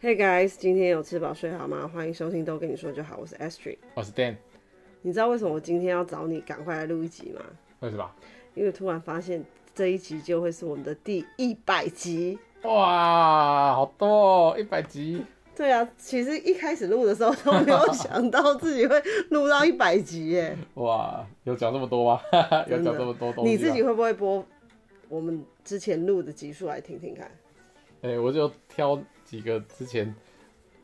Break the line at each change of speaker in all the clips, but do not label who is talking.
Hey guys，今天有吃饱睡好吗？欢迎收听都跟你说就好，我是 Astrid。
我哦是 Dan，
你知道为什么我今天要找你赶快来录一集吗？
为什么？
因为突然发现这一集就会是我们的第一百集。
哇，好多、哦，一百集，
对啊，其实一开始录的时候都没有想到自己会录到一百集耶。
哇，有讲这么多吗？ 有
真
讲
的
这么多东西吗啊
你自己？会不会播我们之前录的集数来听听看？
哎、我就挑几个之前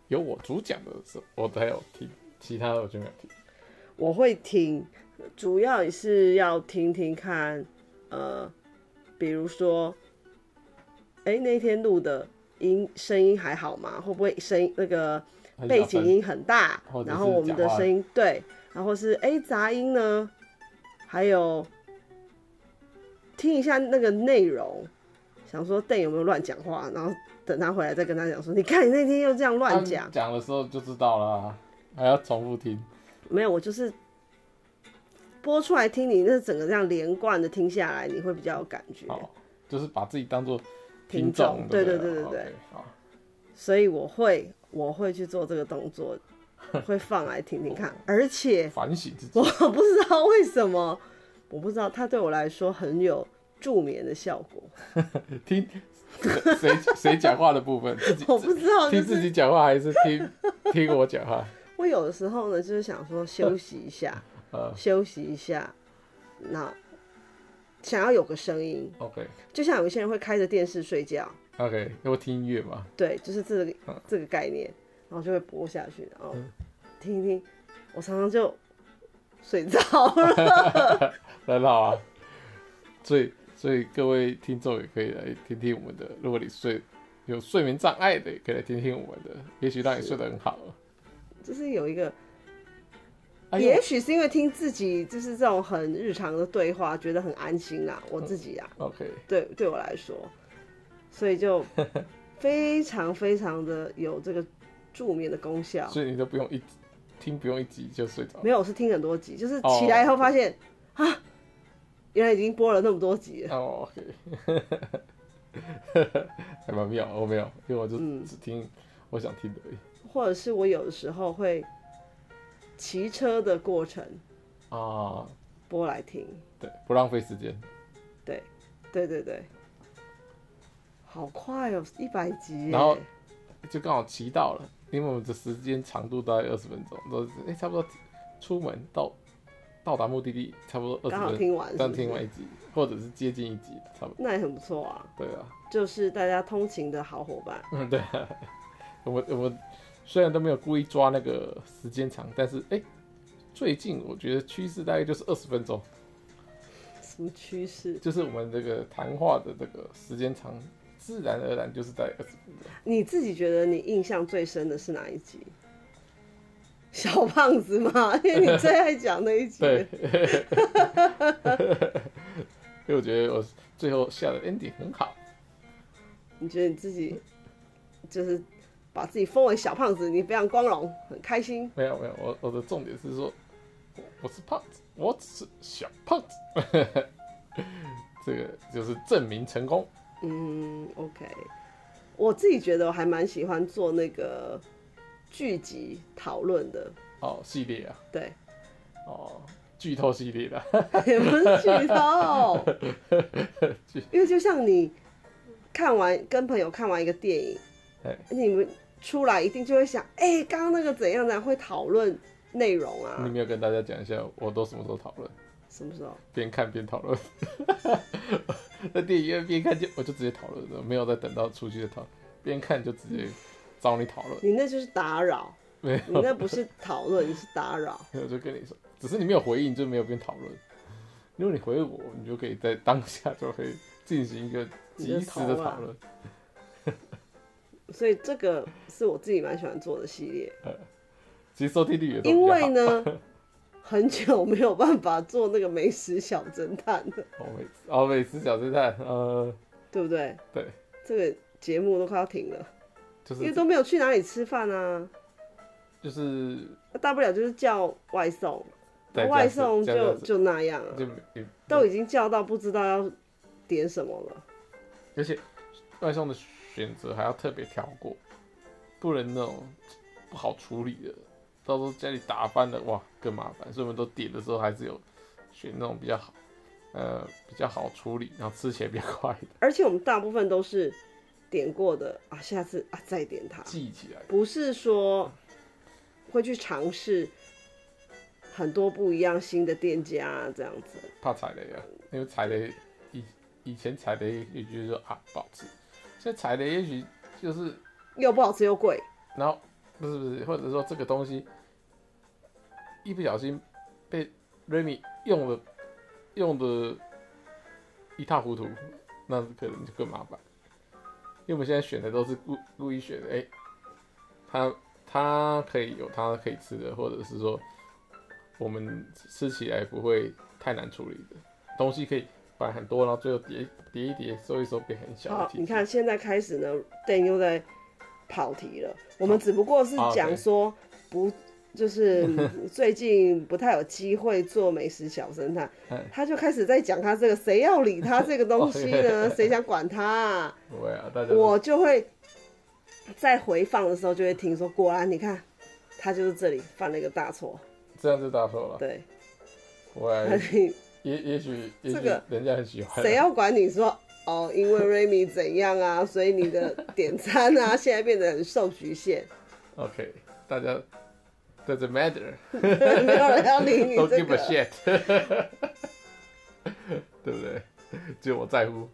有我主讲的时候，我才有听，其他的我就没有听。
我会听，主要也是要听听看，呃，比如说，哎，那天录的音声音还好吗？会不会声音那个
很
背
小声
景音很大
或，者
然
是
后我们的
讲话
声音对，然后是哎杂音呢，还有听一下那个内容，想说 Dan 有没有乱讲话，然后等他回来再跟他讲说，你看你那天又这样乱讲
他，讲的时候就知道了啊，还要重复听。
没有，我就是播出来听你那整个这样连贯的听下来，你会比较有感觉。
好，就是把自己当做
听
听
众
众。
对
对
对对对
了 OK，
对
好，
所以我会我会去做这个动作，会放来听听看。而且
反省自己
我不知道为什么，我不知道它对我来说很有助眠的效果。
听 谁谁讲话的部分，自己
我不知哦道，就
听自
是
己讲话还是听听我讲话？
我有的时候呢，就是想说休息一下，
呃
休息一下，那想要有个声音，
，OK。
就像有一些人会开着电视睡觉。
OK，要不听音乐嘛？
对，就是这个、
嗯
这个概念，然后就会播下去，然后听一听，我常常就睡着了。
很好啊。所以，所以各位听众也可以来听听我们的。如果你睡有睡眠障碍的，也可以来听听我们的，也许让你睡得很好。
就是有一个，
哎呦
也许是因为听自己就是这种很日常的对话，觉得很安心啊，
嗯
我自己啊，
，OK，
对对我来说，所以 就非常非常的有这个助眠的功效。
所以你都不用一听，不用一集就睡着
没。有，我是听很多集，就是
哦
起来以后发现、啊，原来已经播了那么多集了。
哦、o k 还蛮妙，我没有，因为我就
嗯
只听我想听的而已。
或者是我有的时候会骑车的过程
啊，
播来听，
对，不浪费时间。
对，对对对，好快哦，一百集耶，
然后就刚好骑到了，因为我们的时间长度大概二十分钟，都是哎、差不多出门到到达目的地差不多二
刚
十
好
分钟，
听完是不是，
但听完一集或者是接近一集，差不多。
那也很不错啊，
对啊，
就是大家通勤的好伙伴，
嗯对啊，我们我们虽然都没有故意抓那个时间长，但是哎、最近我觉得趋势大概就是二十分钟，
什么趋势？
就是我们这个谈话的这个时间长，自然而然就是在二十分钟。
你自己觉得你印象最深的是哪一集？小胖子嘛， 因为你最爱讲那一集，
对，因为我觉得我最后下的 ending 很好，
你觉得你自己就是把自己封为小胖子，你非常光荣，很开心。
没有没有，我我的重点是说，我我是胖子，我只是小胖子， 这个就是证明成功。
嗯，OK，我自己觉得我还蛮喜欢做那个剧集讨论的，
哦，系列啊，
对，
哦，剧透系列的，
也不是剧透，因为就像你看完跟朋友看完一个电影
哎，
你们出来一定就会想，哎、刚刚那个怎样怎样，会讨论内容
你
啊，
没有跟大家讲一下，我都什么时候讨论，
什么时候？
边看边讨论， 在电影院边看就我就直接讨论了，没有再等到出去的讨论，边看就直接找你讨论，
你那就是打扰，
没有。
你那不是讨论，你是打扰。
没有，就跟你说，只是你没有回应，就没有跟讨论。如果你回我，你就可以在当下就可以进行一个及时的讨论。
所以这个是我自己蛮喜欢做的系列，
其实收听率也都
因
比较
为
好，
呢，很久没有办法做那个美食小侦探了，
哦美食哦美食小侦探，呃，
对不对？
对，
这个节目都快要停了，
就
因为
是
都没有去哪里吃饭啊，
就是
那大不了就是叫外送，
在家
外
吃
送
家
就
吃
就那样啊，
就也
都已经叫到不知道要点什么了。
而且外送的选择还要特别挑过，不能那种不好处理的，到时候家里打翻了，哇，更麻烦。所以我们都点的时候还是有选那种比较好，呃，比较好处理，然后吃起来比较快的，
而且我们大部分都是点过的啊，下次啊再点它，
记起来。
不是说会去尝试很多不一样新的店家啊这样子。
怕踩雷啊，因为踩雷以以前踩雷也觉得说啊不好吃，现在踩雷也许就是
又不好吃又贵，
然后不是不是，或者说这个东西一不小心被 Remy 用了用的一塌糊涂，那可能就更麻烦。因为我们现在选的都是故故意选的，哎、它它可以有它可以吃的，或者是说我们吃起来不会太难处理的东西，可以摆很多，然后最后叠叠一叠，收一收变很小
好
的，体积。
你看现在开始呢，Dan 又在跑题了。我们只不过
哦
是讲说不，就是 最近不太有机会做美食小侦探
哎，
他就开始在讲他这个，谁要理他这个东西呢
哦？
谁想管他、啊？
不会啊，大家都
我就会在回放的时候就会听说，果然你看，他就是这里犯了一个大错，
这样就大错了。啊
对，
我也
他就
也也许也
这
许
个
人家很喜欢啊。
谁要管你说哦？因为 Remy 怎样啊，所以你的点餐 啊，现在变得很受局限，
？OK，大家 doesn't matter，
没有人要理你
don't
这
give a
个。
shit，对不对？只有我在乎。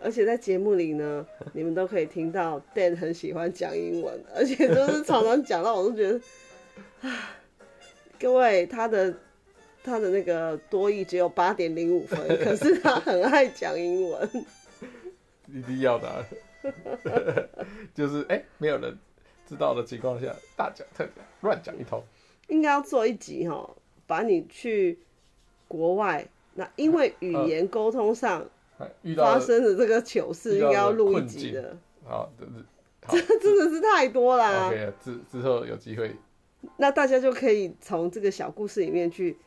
而且在节目里呢，你们都可以听到 Dan 很喜欢讲英文，而且就是常常讲到，我都觉得， 唉，各位他的。他的那个多益只有八点零五分，可是他很爱讲英文。
一定要的啊、 就是哎、没有人知道的情况下，大讲特讲，乱讲一通。
应该要做一集哈，把你去国外，那因为语言沟通上
哎遇到
发
了
生的这个糗事，应该要录一集的，
好，这
这真的是太多啦、
是 OK 了。之之后有机会，
那大家就可以从这个小故事里面去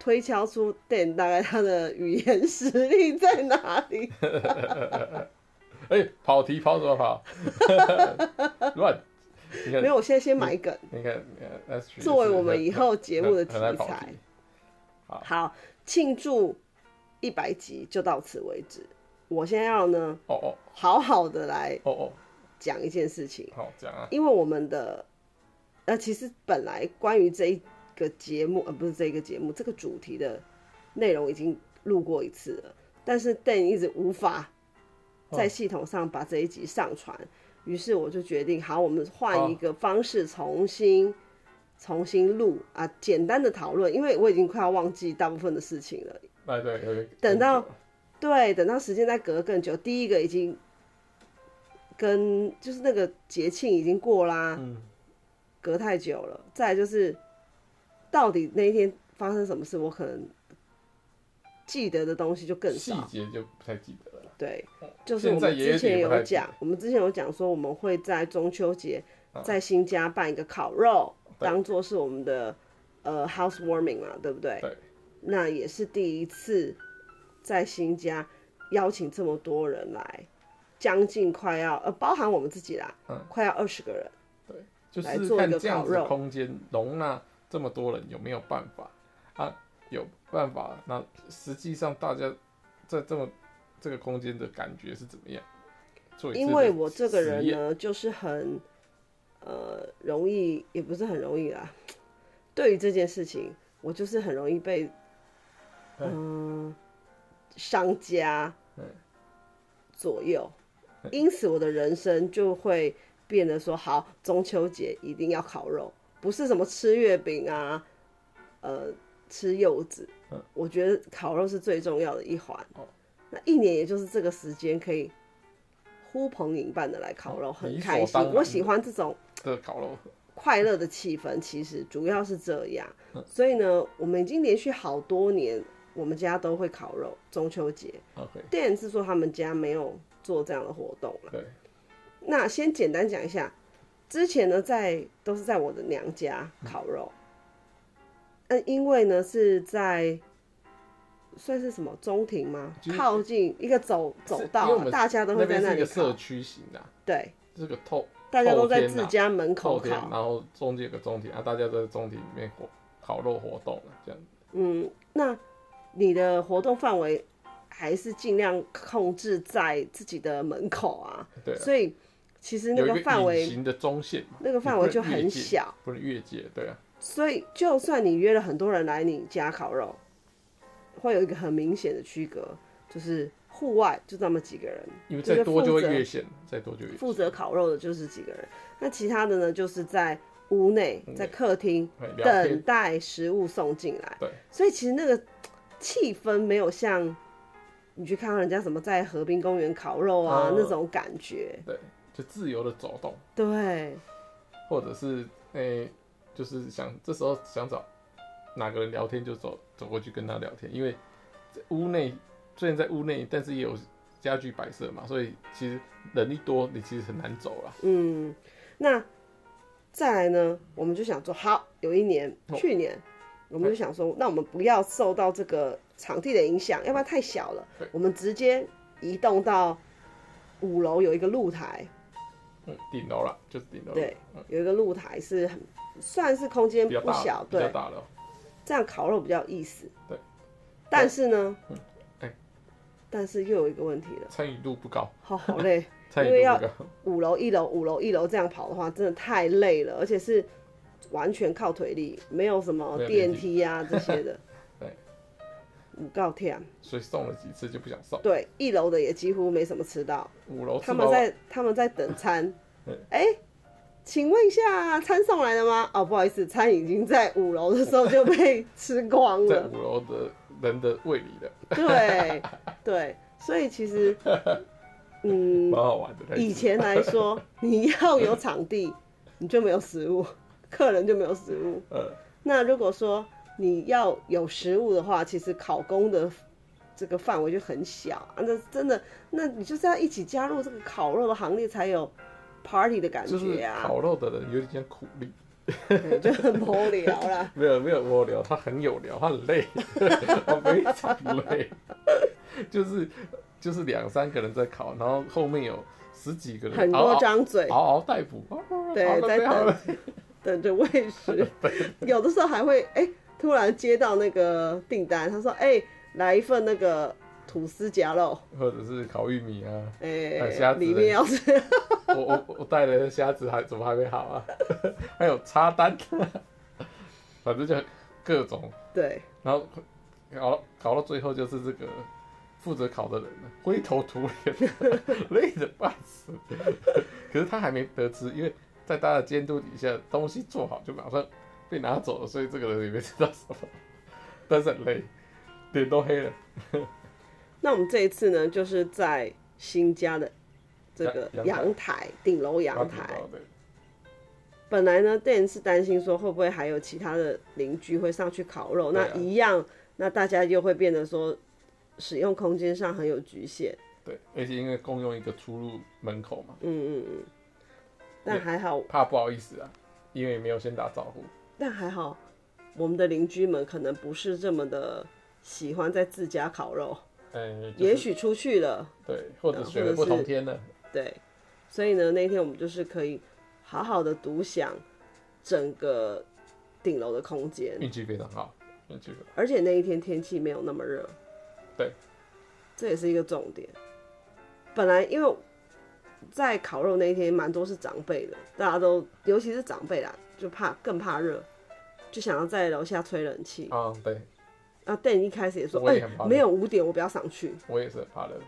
推敲出 Dan 大概他的语言实力在哪里。
哎、跑题跑什么跑？ 乱！你看
没，有，我现在先埋梗，
你看，你看，That's true，
作为我们以后节目的题
很很爱跑
材
题。好
好，庆祝一百集就到此为止。我现在要呢，
哦哦
好好的来
哦哦，
讲一件事情。
好讲啊，
因为我们的呃，其实本来关于这一个节目，呃，不是这一个节目，这个主题的内容已经录过一次了，但是 Dan 一直无法在系统上把这一集上传，于、是我就决定，好，我们换一个方式重新、重新录啊，简单的讨论，因为我已经快要忘记大部分的事情了。
哎对，有点
等到对，等到时间再隔更久，第一个已经跟就是那个节庆已经过啦，
嗯
隔太久了。再来就是，到底那一天发生什么事，我可能记得的东西就更
细
少。
节就不太记得了，
对，就是我
嗯现在
们
也有
之前
点不太
有
记得
讲，我们之前有讲说，我们会在中秋节
啊
在新家办一个烤肉，
对
当做是我们的呃 housewarming 嘛，对不对？
对，
那也是第一次在新家邀请这么多人来，将近快要呃，包含我们自己啦，
嗯
快要二十个人。
对，就
来
是
做一
看
个
这样子
烤
的
肉
空间容纳这么多人有没有办法啊？有办法，那实际上大家在这么这个空间的感觉是怎么样？做一次的
因为我这个人
实验，
呢，就是很呃容易，也不是很容易啦。对于这件事情，我就是很容易被嗯、商家
对
左右，因此我的人生就会变得说，好，中秋节一定要烤肉，不是什么吃月饼啊，呃，吃柚子
嗯。
我觉得烤肉是最重要的一环
哦。
那一年也就是这个时间可以呼朋引伴的来烤肉，
嗯
很
理
开
所
心
当。然
我喜欢这种
这个烤肉
快乐的气氛，其实主要是这样。
嗯
所以呢，我们已经连续好多年，我们家都会烤肉，中秋节。
，OK，
店是说他们家没有做这样的活动了。
对，
那先简单讲一下，之前呢在都是在我的娘家烤肉，嗯，因为呢是在算是什么中庭吗
就？是
靠近一个走走
是因为
道
我
啊，
们
大家都会在
边是一
里
个社
烤。
区型的啊，
对，
这个透
大家都在
后天
自
啊
家门口
后天，啊
烤
然。后中间有个中庭啊，大家都在中庭里面活烤肉活动啊，这样
嗯，那你的活动范围还是尽量控制在自己的门口啊，
对啊，
所以其实那
有一
个范
个隐
围
形的中线嘛，
那个范围就很小，
不能越界，对啊，
所以就算你约了很多人来你家烤肉，会有一个很明显的区隔，就是户外就那么几个人，
因为
就
再
是
多
负
就会
责
越线，再多就越
负责烤肉的就是几个人，那其他的呢就是在屋内
屋内
在客厅
哎聊
等
天
待食物送进来。
对，
所以其实那个气氛没有像你去看到人家什么在河滨公园烤肉啊、
哦
那种感觉。
对，就自由的走动，
对，
或者是诶、就是想这时候想找哪个人聊天就走走过去跟他聊天，因为在屋内虽然在屋内，但是也有家具摆设嘛，所以其实人一多，你其实很难走啦。
嗯，那再来呢，我们就想说，好，有一年，去年。我们就想说，那我们不要受到这个场地的影响，要不然太小了
对。
我们直接移动到五楼有一个露台，
嗯，顶楼啦，就是顶楼。
对
嗯，
有一个露台是很算是空间
比较
不
大
小
了，，比较
对，
大哦了。
这样烤肉比较有意思。
对，
但是呢
嗯，哎
但是又有一个问题了，
参与度不高，
好好累，
参
因为
与度
要
不高。
五楼一楼五楼一楼这样跑的话，真的太累了，而且是完全靠腿力，没有什么
没有
电
电
梯啊这些的。
对，
五告天，啊
所以送了几次就不想送。
对，一楼的也几乎没什么吃到，
五楼
他
四
们
楼啊，
在他们在等餐
对。
哎、请问一下，餐送来了吗？哦，不好意思，餐已经在五楼的时候就被吃光
在
了。
五楼的人的胃里的，
对对，所以其实，嗯，
蛮好玩的。那一
以
次
前来说，你要有场地，你就没有食物，客人就没有食物。
呃，
那如果说你要有食物的话，其实考公的这个范围就很小啊。那真的，那你就是要一起加入这个烤肉的行列，才有 party 的感
就是
觉啊，
烤肉的人有点像苦力，
嗯就很无聊 啦。
没有没有无聊，他很有聊，他很累， 他非常累，就是就是两三个人在烤，然后后面有十几个人，
很多张嘴
嗷嗷嗷嗷待哺，
对
嗷嗷
在
待哺哦好了
等着喂食， 有的时候还会哎、突然接到那个订单，他说哎、来一份那个吐司夹肉，
或者是烤玉米啊，
哎、
呃虾子
里面要是
我我我带来的虾子还怎么还没好啊？ 还有插单， 反正就各种，
对
然后搞搞到最后就是这个负责烤的人灰头土脸， 累得半死。 可是他还没得吃，因为在他的监督底下，东西做好就马上被拿走了，所以这个人也没吃到什么， 但是很累，脸都黑了。
那我们这一次呢，就是在新家的这个
阳啊阳
阳台，顶楼阳
然
台
后。对
本来呢店是担心说会不会还有其他的邻居会上去烤肉，
对
那
啊
一样，那大家又会变得说使用空间上很有局限。
对，而且因为共用一个出入门口嘛，
嗯嗯嗯。
嗯
但还好，
怕不好意思啊，因为没有先打招呼。
但还好，我们的邻居们可能不是这么的喜欢在自家烤肉，
呃，就是
也许出去了，
对，或
呃
者选
或者
了不
是
同天呢，
对，所以呢，那天我们就是可以好好的独享整个顶楼的空间，
运气非常好，运气非常好
而且那一天天气没有那么热，
对，
这也是一个重点。本来因为在烤肉那一天，蛮多是长辈的，大家都尤其是长辈啦，就怕更怕热，就想要在楼下吹冷气。
啊、对
那 Dan 一开始也说，
我
哎、
也很怕热
没有五点我不要上去，
我也是很怕冷，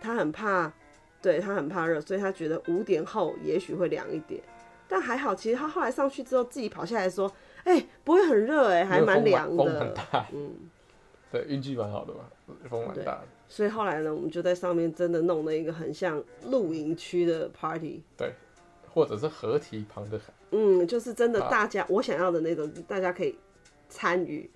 他很怕，对他很怕热，所以他觉得五点后也许会凉一点，但还好，其实他后来上去之后自己跑下来说，哎、不会很热哎、还
因为
蛮
风
凉
风很
的，
大，
嗯，
对，运气蛮好的吧，风蛮大的，
所以后来呢，我们就在上面真的弄了一个很像露营区的 party，
或者是河堤旁的海，
嗯，就是真的
啊
大家、我想要的那种，大家可以参与，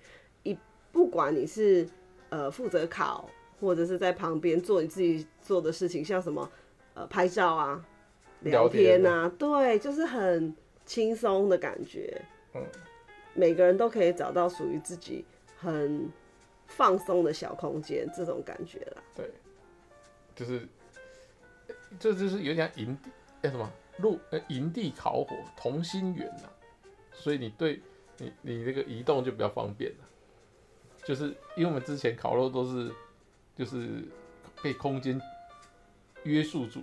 一不管你是呃负责考，或者是在旁边做你自己做的事情，像什么呃拍照啊、聊
聊天
天啊，对，就是很轻松的感觉。
嗯，
每个人都可以找到属于自己很放松的小空间，这种感觉啦。
对，就是这就是有点像营地，哎、什么陆呃营地烤火同心圆呐、所以你对你你这个移动就比较方便了、就是因为我们之前烤肉都是就是被空间约束住，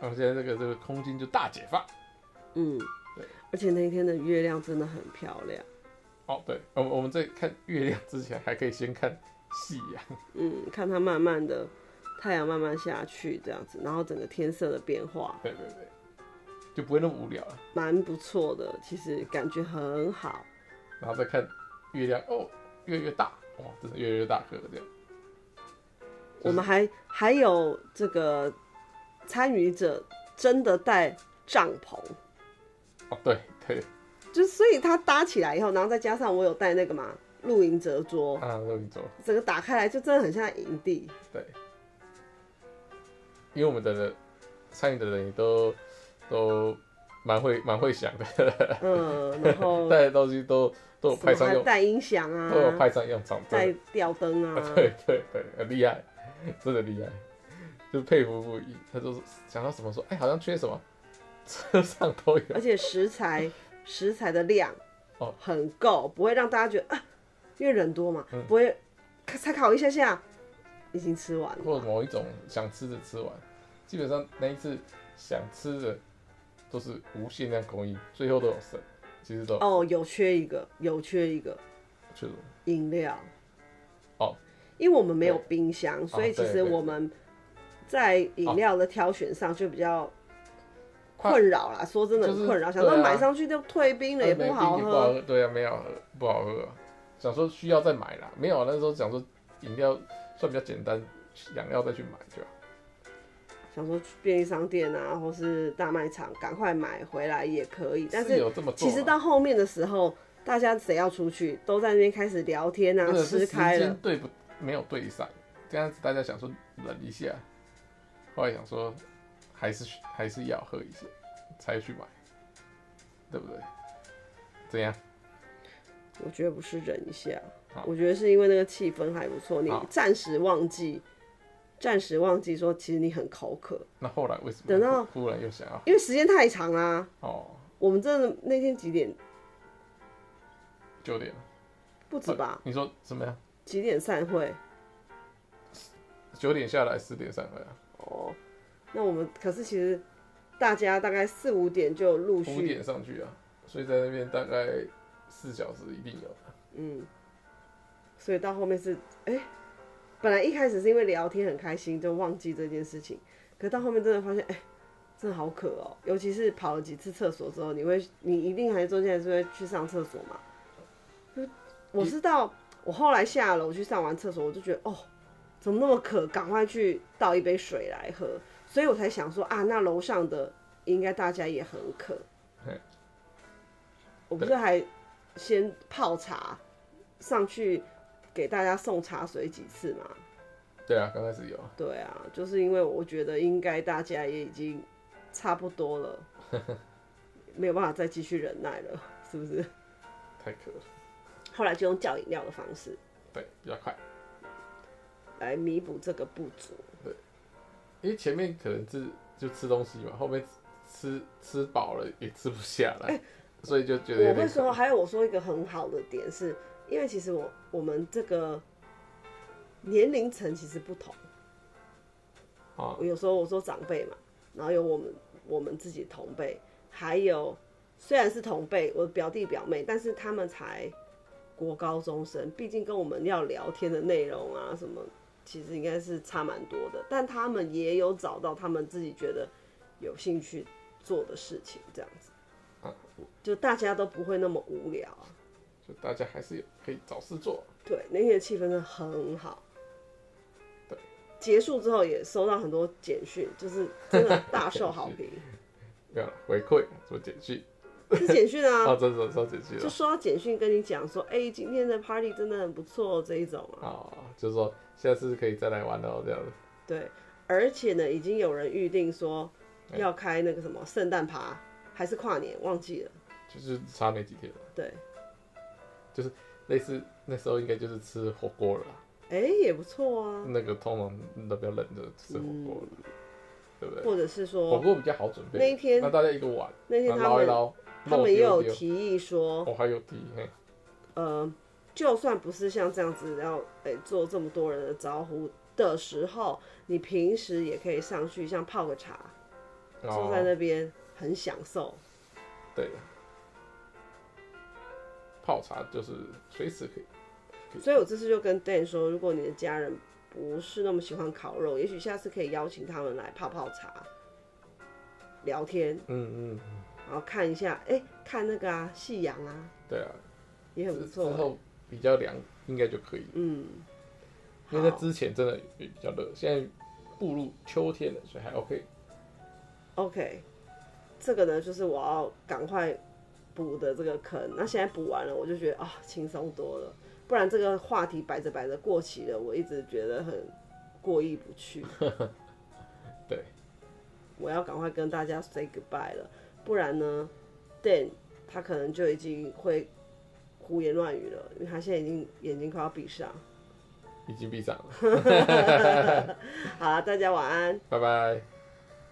然后现在这个这个空间就大解放。
嗯
对，
而且那一天的月亮真的很漂亮。
哦，对，我们我们在看月亮之前还可以先看夕阳。
嗯，看它慢慢的太阳慢慢下去这样子，然后整个天色的变化
对对对，就不会那么无聊了。
蛮不错的，其实感觉很好。
然后再看月亮，哦，越来越大，哇，真的越来越大颗这样。
我们还还有这个参与者真的带帐篷，
哦，对对，
就所以它搭起来以后，然后再加上我有带那个嘛露营折桌，
啊，那你走，
整个打开来就真的很像营 地。
对，因为我们的参与的人也都都蛮会蛮会想的，
嗯，然后
带的东西都都有
什么
派上
还
用，
带音响啊
都，有派上用场，
带
真
吊灯
的，，
啊
对对对，很厉害，真的厉害，就佩服不已。他就是想到什么说，哎，好像缺什么，车上都有。
而且食材食材的量
哦
很够，不会让大家觉得啊，因为人多嘛，
嗯
不会咔才烤一下下已经吃完
或
了。
某一种想吃的吃完，基本上那一次想吃的都是无限量供应，最后都有剩，其实都有
哦，有缺一个，有缺一个
就是
饮料。
哦，
因为我们没有冰箱，所以
哦
其
对
实
对哦
我们在饮料的挑选上就比较
快
困扰啦。说真的，
就是
很困扰，想
对啊
说买上去就退冰了，也不好
也不
喝。
喝，对啊，没有喝不好喝啊、想说需要再买啦，没有那时候想说饮料算比较简单，想要再去买就好。
想说去便利商店啊，或是大卖场，赶快买回来也可以。但
有这么做
其
吗，
实到后面的时候，大家谁要出去，都在那边开始聊天啊
真，的是
吃
时
开
间
了。
对不没有对上，这样子大家想说忍一下，后来想说还是还是要喝一下才去买，对不对？怎样？
我觉得不是忍一下
好，
我觉得是因为那个气氛还不错，你
好
暂时忘记，暂时忘记说其实你很口渴，
那后来为什么
等到
忽忽然又想要？
因为时间太长啦、
哦，
我们真的那天几点
九点了，
不止吧？
你说怎么样？
几点散会？
九点下来，十点散会啊，
哦，那我们可是其实大家大概四五点就陆
五
续，
点上去啊，所以在那边大概四小时一定有。
嗯，所以到后面是哎、本来一开始是因为聊天很开心，就忘记这件事情，可到后面真的发现哎、真的好渴哦、尤其是跑了几次厕所之后，你会你一定还中间还是会去上厕所嘛？就我是到我后来下楼去上完厕所，我就觉得哦，怎么那么渴，赶快去倒一杯水来喝，所以我才想说啊，那楼上的应该大家也很渴
嘿。
我不是还先泡茶上去给大家送茶水几次嘛？
对啊，刚开始有啊，
对啊，就是因为我觉得应该大家也已经差不多了，没有办法再继续忍耐了，是不是？
太渴了，
后来就用叫饮料的方式
对，比较快。
来弥补这个不足。
因为前面可能是就吃东西嘛，后面吃吃饱了也吃不下来，所以就觉得有
哎我
点
会
可
说，还有我说一个很好的点是，因为其实我我们这个年龄层其实不同，
啊，
有时候我说长辈嘛，然后有我们我们自己同辈，还有虽然是同辈，我的表弟表妹，但是他们才国高中生，毕竟跟我们要聊天的内容啊什么，其实应该是差蛮多的。但他们也有找到他们自己觉得有兴趣做的事情，这样子
啊，
就大家都不会那么无聊啊。
就大家还是有可以找事做。
对，那天的气氛真的很好。
对，
结束之后也收到很多简讯，就是真的大受好 评。
没有了回馈做简讯
是简讯
啊，
啊，
真的做简讯
就
了
收到简讯跟你讲说，哎、今天的 party 真的很不错哦这一种啊。
啊，就是说下次可以再来玩哦，这样子。
对，而且呢，已经有人预定说
哎
要开那个什么圣诞趴，还是跨年，忘记了。
就是差没几天了，
对，
类似那时候应该就是吃火锅了啦，嗯
哎、也不错啊。
那个通常都比较冷的吃火锅了，对不对？
或者是
火
说
锅比较好准备，
嗯那一天
那大家一个碗，
那天
然后
他
捞一
们
捞，
他
肉
们也有
丢一
提议说
丢，，哦，还有提，嘿，
呃，就算不是像这样子要诶、做这么多人的招呼的时候，你平时也可以上去像泡个茶，坐在
哦，
那边很享受。
对，泡茶就是随时可以，
所以我这次就跟 Dan 说，如果你的家人不是那么喜欢烤肉，也许下次可以邀请他们来泡泡茶、聊天，
嗯嗯，
然后看一下，哎、看那个啊，夕阳啊，
对啊，
也很不
之之
错。
后比较凉，应该就可以了，
嗯，
因为在
好
之前真的比较热，现在步入秋天了，所以还 OK，
OK，这个呢就是我要赶快补的这个坑。那现在补完了，我就觉得啊轻松多了。不然这个话题摆着摆着过期了，我一直觉得很过意不去。
对，
我要赶快跟大家 say goodbye 了，不然呢，Dan 他可能就已经会胡言乱语了，因为他现在已经眼睛快要闭上。
已经闭上了，
好了，大家晚安。
拜拜。